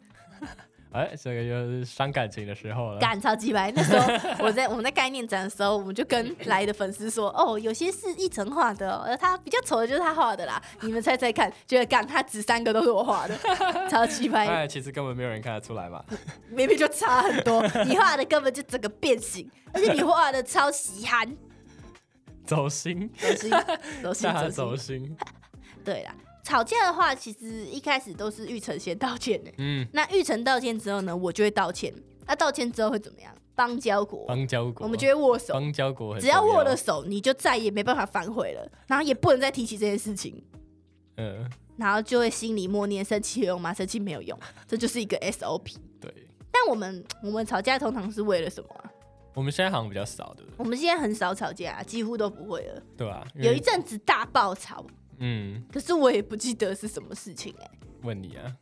S2: 哎，这个就是伤感情的时候了。
S1: 干超级白。那时
S2: [LAUGHS]
S1: 候我在我们在概念展的时候，我们就跟来的粉丝说，哦，有些是一成画的、哦，而他比较丑的就是他画的
S2: [LAUGHS]
S1: 啦，你们猜猜看，觉得干他只三个都是我画的，超级白，
S2: 哎，其实根本没有人看得出
S1: [LAUGHS]
S2: 来嘛。
S1: 明明就差很
S2: [LAUGHS]
S1: 多，你画的根本就整个变形，而且你画的超稀罕，
S2: 走心，
S1: 走心，走
S2: [LAUGHS]
S1: 心，
S2: 大家
S1: 走心
S2: 走。心。
S1: 对啦，吵架的话，其实一开始都是玉成先 [LAUGHS] 道歉的。
S2: 嗯，
S1: 那玉成道歉之后呢，我就会道歉。那、道歉之后会怎么样？邦交国，
S2: 邦交国，
S1: 我们就会握手。
S2: 邦交国很
S1: 只要
S2: 重
S1: 握了，手，你就再也没办法反悔了，然后也不能再提起这件事情，
S2: 嗯，
S1: 然后就会心里默念：生气有用吗？生气没有用，这就是一个 SOP。
S2: 对，
S1: 但我们我们吵架通常是为了什么啊、
S2: 我们现在好像比较少的，
S1: 我们现在很少吵架、啊几乎都不会了。
S2: 对吧？因为
S1: 有一阵子大爆吵，
S2: 嗯，
S1: 可是我也不记得是什么事情哎、
S2: [LAUGHS] 问你啊，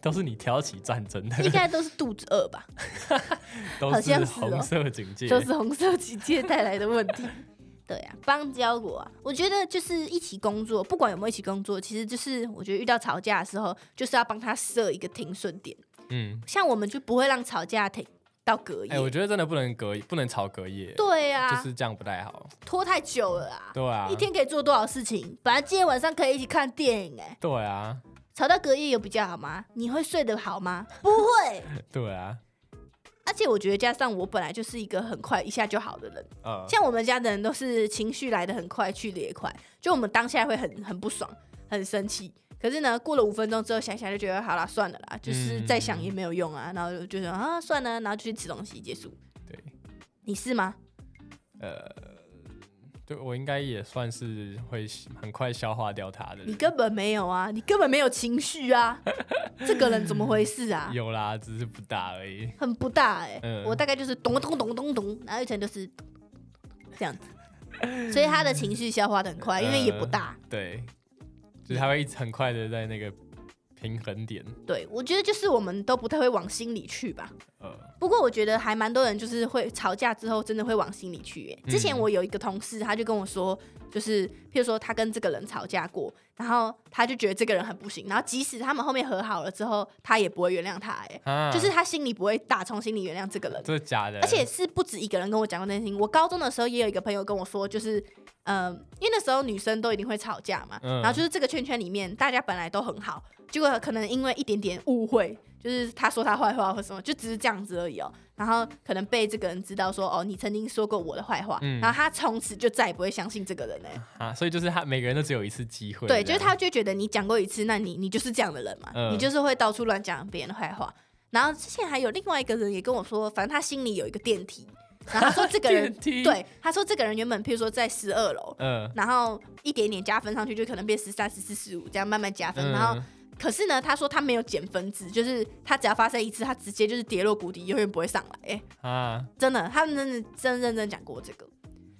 S2: 都是你挑起战争的，
S1: 应该都是肚子饿吧。
S2: [LAUGHS] 都
S1: 好像
S2: 是
S1: 是哦
S2: 红色警戒，
S1: 就是红色警戒带来的问
S2: [LAUGHS]
S1: 题。对啊，邦交国啊，我觉得就是一起工作，不管有没有一起工作，其实就是我觉得遇到吵架的时候，就是要帮他设一个停损点。
S2: 嗯，
S1: 像我们就不会让吵架停到隔夜。
S2: 哎、我觉得真的不能隔，不能吵隔夜，
S1: 对啊，
S2: 就是这样不太好，
S1: 拖太久了啊。
S2: 对啊，
S1: 一天可以做多少事情？本来今天晚上可以一起看电影、哎，
S2: 对啊， [LAUGHS]
S1: 吵到隔夜有比较好吗？你会睡得好吗？不会
S2: 对啊，
S1: 啊，且我觉得加上我本来就是一个很快一下就好的人，
S2: 呃，
S1: 像我们家的人都是情绪来的很快，去的也快，就我们当下会很很不爽，很生气。可是呢，过了五分钟之后想一想就觉得好啦，算了啦，就是再想也没有用啊，然后就觉得啊算了，然后就去吃东西结束。
S2: 对，
S1: 你是吗？
S2: 对我应该也算是会很快消化掉它的人。
S1: 你根本没有啊，你根本没有情绪啊，这个人怎么回事啊？
S2: 有啦，只是不大而已。
S1: 很不大哎、
S2: 嗯
S1: 我大概就是咚咚咚咚咚，然后一层就是这样子，
S2: [LAUGHS]
S1: 所以他的情绪消化的很快，因为也不大。
S2: 对，就是它会一直很快的在那个平衡点。
S1: 对，我觉得就是我们都不太会往心里去吧。
S2: 呃，
S1: 不过我觉得还蛮多人就是会吵架之后真的会往心里去、欸。
S2: 嗯
S1: 之前我有一个同事，他就跟我说，就是譬如说他跟这个人吵架过，然后他就觉得这个人很不行，然后即使他们后面和好了之后，他也不会原谅他、欸。
S2: 啊，
S1: 就是他心里不会打从心里原谅这个人。
S2: 这假的，
S1: 而且是不止一个人跟我讲过这件事情。我高中的时候也有一个朋友跟我说，就是，嗯、因为那时候女生都一定会吵架嘛，
S2: 嗯
S1: 然后就是这个圈圈里面大家本来都很好，结果可能因为一点点误会，就是他说他坏话或什么，就只是这样子而已哦。然后可能被这个人知道说，哦，你曾经说过我的坏话，
S2: 嗯
S1: 然后他从此就再也不会相信这个人嘞、
S2: 啊，所以就是他每个人都只有一次机会。
S1: 对，就是
S2: 这样
S1: 他就觉得你讲过一次，那你你就是这样的人嘛，
S2: 嗯
S1: 你就是会到处乱讲别人的坏话。然后之前还有另外一个人也跟我说，反正他心里有一个电梯，然后他说这个人
S2: 电梯
S1: 对他说这个人原本譬如说在十二楼，
S2: 嗯
S1: 然后一点一点加分上去，就可能变十三、十四、十五这样慢慢加分。
S2: 嗯，
S1: 然后可是呢，他说他没有减分制，就是他只要发生一次，他直接就是跌落谷底，永远不会上来。哎、
S2: 啊，
S1: 真的，他们真的真认真讲过这个，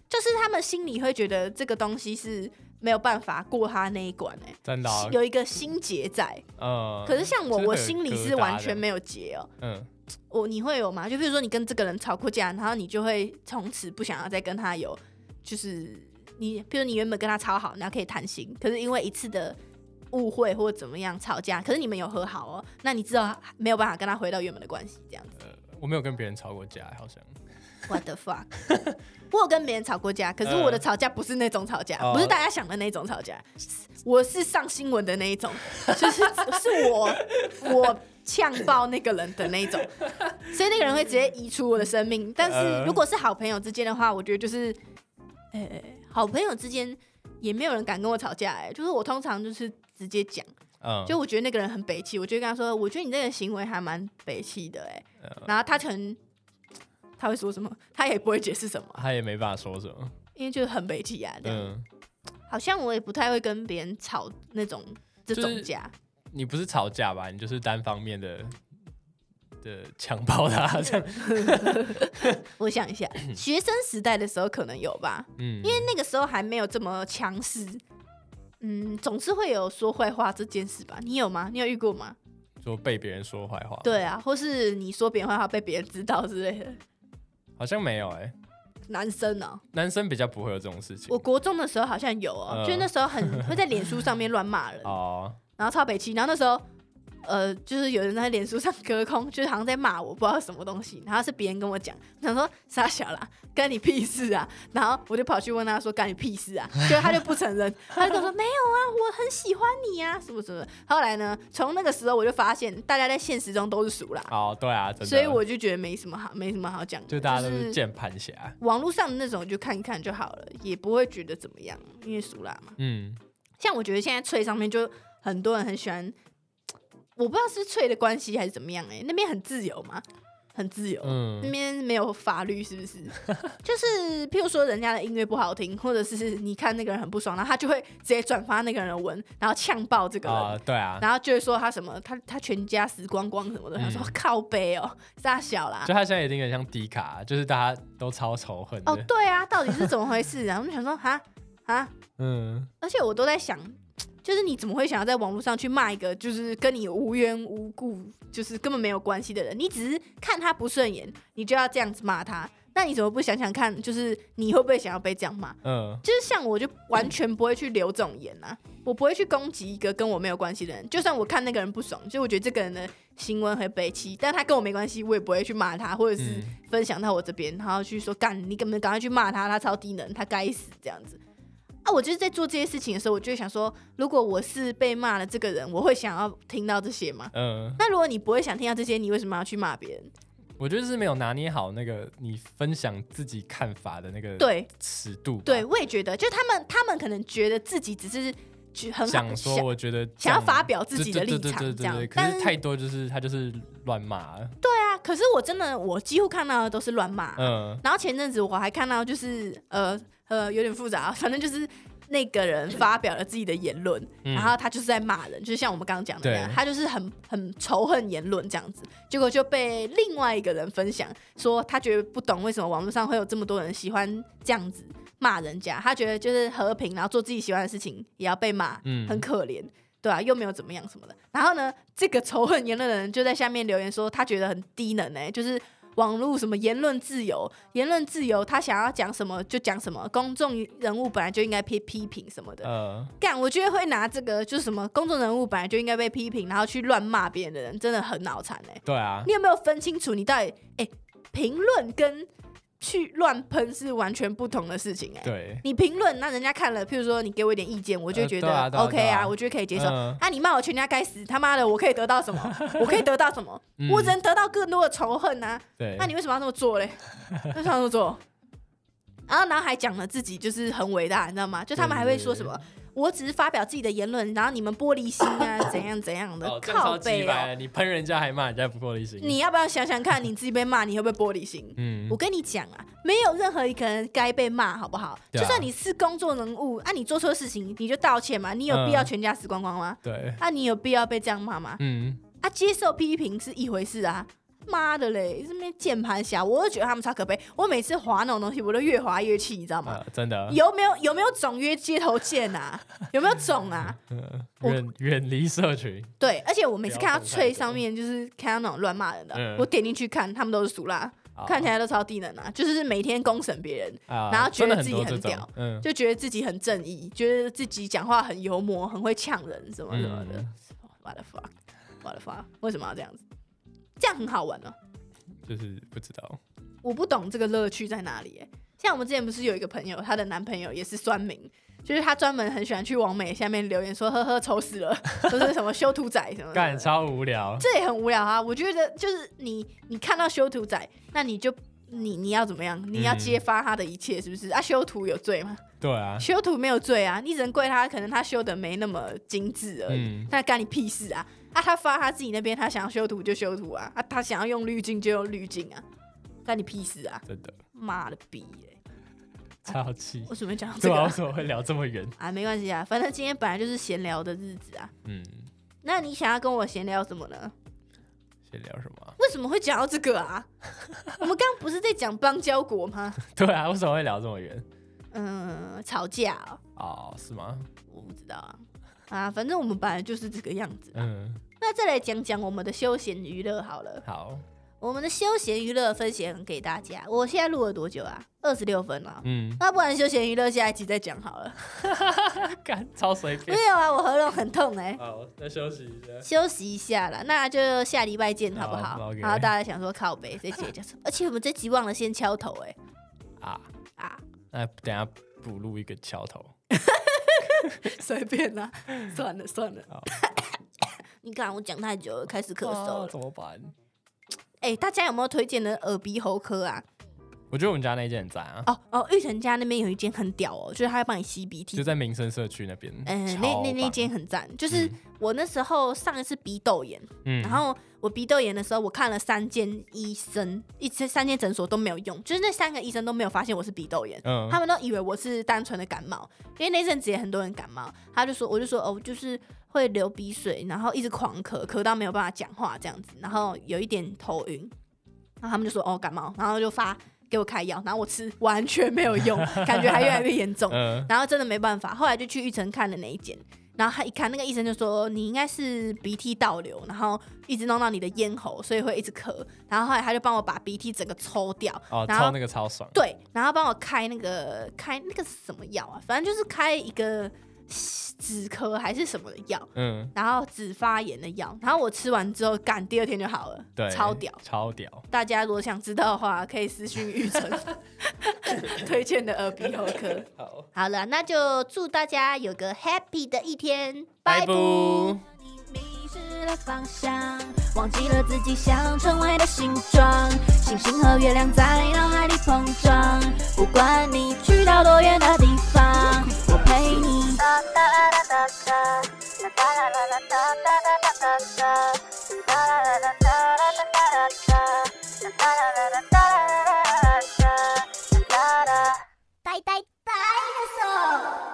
S1: 就是他们心里会觉得这个东西是没有办法过他那一关哎、
S2: 真的哦，
S1: 有一个心结在。
S2: 呃，
S1: 可是像我，
S2: 就是
S1: 我
S2: 很
S1: 心里
S2: 疙
S1: 是完
S2: 瘩的
S1: 全没有结哦、
S2: 嗯
S1: 我你会有吗？就比如说你跟这个人吵过架，然后你就会从此不想要再跟他有，就是你，比如你原本跟他超好，然后可以谈心，可是因为一次的误会或怎么样吵架，可是你们有和好哦、那你知道没有办法跟他回到原本的关系这样子。
S2: 我没有跟别人吵过架，好像
S1: What the fuck？我 [LAUGHS] 有跟别人吵过架，可是我的吵架不是那种吵架，
S2: 哦
S1: 不是大家想的那种吵架，我是上新闻的那一种，就是是我我呛爆那个人的那一种，所以那个人会直接移除我的生命。但是
S2: 呃
S1: 如果是好朋友之间的话，我觉得就是，呃、好朋友之间也没有人敢跟我吵架、哎，就是我通常就是直接讲。
S2: 嗯，
S1: 就我觉得那个人很北气，我就跟他说，我觉得你这个行为还蛮北气的哎、
S2: 嗯
S1: 然后他可能他会说什么，他也不会解释什么啊，
S2: 他也没办法说什么，
S1: 因为就是很北气啊。这样、
S2: 嗯，
S1: 好像我也不太会跟别人吵那种这
S2: 就
S1: 种
S2: 是
S1: 架，
S2: 你不是吵架吧？你就是单方面的的强暴他这样，
S1: 我想一下，学生时代的时候可能有吧，
S2: 嗯，
S1: 因为那个时候还没有这么强势。嗯，总是会有说坏话这件事吧？你有吗？你有遇过吗？
S2: 说被别人说坏话，，
S1: 对啊，或是你说别人坏话被别人知道之类的，
S2: 好像没有哎、
S1: 男生哦、
S2: 男生比较不会有这种事情
S1: 我国中的时候好像有哦、
S2: 嗯
S1: 就那时
S2: [LAUGHS]
S1: 候很会在脸书上面乱骂人，
S2: 哦，
S1: 然后超北七，然后那时候呃，就是有人在脸书上隔空，就是好像在骂我，不知道什么东西，然后是别人跟我讲，我想说傻小啦，干你屁事啊！然后我就跑去问他说干你屁事啊？结果他就不承认，他就跟我说没有啊，我很喜欢你啊，什么什么的。后来呢，从那个时候我就发现大家在现实中都是熟啦，
S2: 哦，对啊，真的，
S1: 所以我就觉得没什么好，没什么好讲的，
S2: 就大家都
S1: 就是
S2: 键盘侠，
S1: 网络上的那种就看看就好了，也不会觉得怎么样，因为熟啦嘛。
S2: 嗯，
S1: 像我觉得现在脆上面就很多人很喜欢，我不知道是脆的关系还是怎么样哎、那边很自由嘛，很自由。那
S2: 嗯
S1: 边没有法律是不是？ [LAUGHS] 就是譬如说人家的音乐不好听，或者是你看那个人很不爽，然后他就会直接转发那个人的文，然后呛爆这个人，
S2: 啊，对啊，
S1: 然后就会说他什么他他全家死光光什么的，他说
S2: 嗯
S1: 靠背哦， [LAUGHS] 傻小啦
S2: 就。他现在已经有点像迪卡，啊就是大家都超仇恨的，
S1: 哦，对啊，到底是怎么回事啊？我们想说哈哈，
S2: 嗯，
S1: 而且我都在想，就是你怎么会想要在网络上去骂一个就是跟你无缘无故，就是根本没有关系的人？你只是看他不顺眼，你就要这样子骂他。那你怎么不想想看，就是你会不会想要被这样骂？
S2: 嗯
S1: 就是像我就完全不会去留这种言啊，我不会去攻击一个跟我没有关系的人。就算我看那个人不爽，就我觉得这个人的行为很悲戚，但他跟我没关系，我也不会去骂他，或者是
S2: 嗯
S1: 分享到我这边，然后去说干你根本赶快去骂他，他超低能，他该死这样子。啊，我就是在做这些事情的时候，我就会想说，如果我是被骂了这个人，我会想要听到这些吗？
S2: 嗯，
S1: 那如果你不会想听到这些，你为什么要去骂别人？
S2: 不我觉得是没有拿捏好那个你分享自己看法的那个
S1: 对
S2: 尺度吧，
S1: 对，我也觉得，就他们他们可能觉得自己只是举很好
S2: 想
S1: 的
S2: 说我觉得
S1: 想要
S2: 这样
S1: 发表自己的
S2: 对对
S1: 立场
S2: 对对对
S1: 这样
S2: 对可
S1: 但
S2: 是
S1: 是
S2: 太多就是他就是乱骂，
S1: 对啊，可是我真的我几乎看到的都是乱骂。
S2: 嗯，
S1: 然后前阵子我还看到就是呃呃有点复杂， [LAUGHS] 反正就是那个人发表了自己的言论，
S2: 嗯
S1: 然后他就是在骂人，就是像我们刚刚讲的那样，
S2: 对
S1: 他就是很很仇恨言论这样子，结果就被另外一个人分享说他觉得不懂为什么网络上会有这么多人喜欢这样子骂人家，他觉得就是和平，然后做自己喜欢的事情也要被骂，
S2: 嗯
S1: 很可怜。对啊，又没有怎么样什么的。然后呢，这个仇恨言论的人就在下面留言说，他觉得很低能哎、就是网络什么言论自由，言论自由，他想要讲什么就讲什么，公众人物本来就应该被批评什么的。
S2: 呃，
S1: 干，我觉得会拿这个就是什么公众人物本来就应该被批评，然后去乱骂别人的人，真的很脑残哎。
S2: 对啊，
S1: 你有没有分清楚你到底哎评论跟去乱喷是完全不同的事情哎、
S2: 对，
S1: 你评论，那人家看了，譬如说你给我一点意见，我就会
S2: 呃
S1: 觉
S2: 对啊
S1: 得
S2: 对啊
S1: OK
S2: 对啊
S1: 我觉得可以接受。
S2: 嗯
S1: 啊，你骂我全家该死，他妈的，我可以得到什
S2: [LAUGHS]
S1: 么？我可以得到什么？
S2: 嗯
S1: 我只能得到更多的仇恨啊！
S2: 对，
S1: 那你为什么要这么做
S2: [LAUGHS]
S1: 嘞？为什么要这么做？然后，然后还讲了自己就是很伟大，你知道吗？就他们还会说什么，我只是发表自己的言论，然后你们玻璃心啊，怎样怎样的，
S2: 哦，这样
S1: 靠
S2: 超鸡
S1: 背
S2: 掰
S1: 哦。
S2: 的，你喷人家还骂人家不玻璃心，
S1: 你要不要想想看，你自己被骂，你会不会玻璃心？
S2: 嗯
S1: 我，跟你讲啊，没有任何一个人该被骂，好不好？
S2: 对啊
S1: 就算你是公众人物，啊，你做错事情你就道歉嘛，你有必要
S2: 嗯
S1: 全家死光光吗？
S2: 对，
S1: 啊，你有必要被这样骂吗？
S2: 嗯，
S1: 啊，接受批评是一回事啊。妈的嘞，这边键盘侠，我都觉得他们超可悲。我每次滑那种东西，我都越滑越气，你知道吗？
S2: 呃，真的，
S1: 有没有有没有种约街头见
S2: [LAUGHS]
S1: 啊？有没有种啊？
S2: 嗯
S1: 我
S2: 远远离社群，
S1: 对，而且我每次
S2: 不要
S1: 看到
S2: 碰太
S1: 脆
S2: 多
S1: 上面就是看到那种乱骂人的，
S2: 嗯哦
S1: 我点进去看，他们都是俗辣，
S2: 好
S1: 看起来都超低能啊，就是每天公审别人，
S2: 啊
S1: 然后觉
S2: 真的
S1: 得自己
S2: 多
S1: 很
S2: 这种
S1: 屌
S2: 嗯，
S1: 就觉得自己很正义，觉得自己讲话很幽默，很会呛人，什么什么的。
S2: 嗯
S1: What the fuck？What the fuck？为什么要这样子？这样很好玩呢、哦
S2: 就是不知道，
S1: 我不懂这个乐趣在哪里、欸。像我们之前不是有一个朋友，她的男朋友也是酸民，就是他专门很喜欢去网美下面留言说呵呵丑死
S2: [LAUGHS]
S1: 了，都是什么修图仔什么的
S2: 干超无聊，
S1: 这也很无聊啊。我觉得就是你你看到修图仔，那你就你你要怎么样？你要
S2: 嗯
S1: 揭发他的一切是不是？啊，修图有罪吗？
S2: 对啊，
S1: 修图没有罪啊，你只能怪他，可能他修的没那么精致而已，
S2: 嗯
S1: 那干你屁事啊！啊，他发他自己那边，他想要修图就修图啊，啊，他想要用滤镜就用滤镜啊，干你屁事啊！
S2: 真的
S1: 妈了逼嘞、
S2: [LAUGHS] 超气，
S1: 为什么会讲到这
S2: [LAUGHS] 对
S1: 个
S2: 啊，
S1: 啊
S2: 为什么会聊这么 [LAUGHS] 远？
S1: [LAUGHS] 啊？没关系啊，反正今天本来就是闲聊的日子啊。
S2: 嗯，
S1: 那你想要跟我闲聊什么呢？
S2: 先聊什么啊？
S1: 为什么会讲到这个啊？我们刚刚不是在讲邦交国吗？
S2: [LAUGHS] 对啊，为什么会聊这么远？
S1: 嗯，吵架、哦，
S2: 哦，是吗？
S1: 我不知道啊。啊，反正我们本来就是这个样子。
S2: 嗯，
S1: 那再来讲讲我们的休闲娱乐好了。
S2: 好，
S1: 我们的休闲娱乐分享给大家。我现在录了多久啊？二十六分了。
S2: 嗯，
S1: 那不然休闲娱乐下一集再讲好 [LAUGHS] 了。
S2: 啊干超随
S1: 没
S2: 便。
S1: 有啊，我喉咙很痛哎、
S2: 好，再休息一下。
S1: 休息一下啦，那就下礼拜见好不好？
S2: 好，OK
S1: 然后大家想说靠北这集 [LAUGHS] 讲什么？而且我们这集忘了先敲头哎、
S2: 啊，
S1: 啊，
S2: 那等一下补录一个桥头。
S1: 随便啦，算了算了
S2: 好。
S1: 你看我讲太久了，开始咳嗽
S2: 啊
S1: 了。
S2: 怎么办？
S1: 哎、大家有没有推荐的耳鼻喉科啊？
S2: 我觉得我们家那一间很赞
S1: [LAUGHS]
S2: 啊，
S1: 哦哦，玉成家那边有一间很屌哦，就是他会帮你吸鼻涕
S2: 就。在民生社区那边。
S1: 嗯，
S2: 超
S1: 那那那
S2: 棒，
S1: 间很赞，就是
S2: 嗯
S1: 我那时候上一次鼻窦炎，
S2: 嗯
S1: 然后我鼻窦炎的时候，我看了三间医生，一次三间诊所都没有用，就是那三个医生都没有发现我是鼻窦炎。
S2: 嗯
S1: 他们都以为我是单纯的感冒，因为那阵子也很多人感冒，他就说，我就说哦，就是会流鼻水，然后一直狂咳，咳到没有办法讲话这样子，然后有一点头晕，然后他们就说哦感冒，然后就发给我开药，然后我吃完全没有用，感觉还越来越严重，
S2: 嗯
S1: 然后真的没办法，后来就去玉成看了那一间，然后他一看那个医生就说你应该是鼻涕倒流，然后一直弄到你的咽喉，所以会一直咳。然后后来他就帮我把鼻涕整个抽掉，
S2: 哦，
S1: 然后
S2: 抽那个超爽。
S1: 对，然后帮我开那个开那个是什么药啊？反正就是开一个止咳还是什么的药，
S2: 嗯，
S1: 然后止发炎的药。然后我吃完之后，干第二天就好了，
S2: 对，
S1: 超屌。
S2: 超屌。
S1: 大家如果想知道的话，可以私信玉成 [LAUGHS] 推荐的耳鼻喉科。
S2: 好，
S1: 好了，那就祝大家有个 happy 的一天，
S2: 拜拜。
S3: 你迷失了方向，忘记了自己想成为的形状，
S1: 星星和月亮在脑海里碰撞。不管你去到多远的地方，我陪你。
S3: Dinosaur!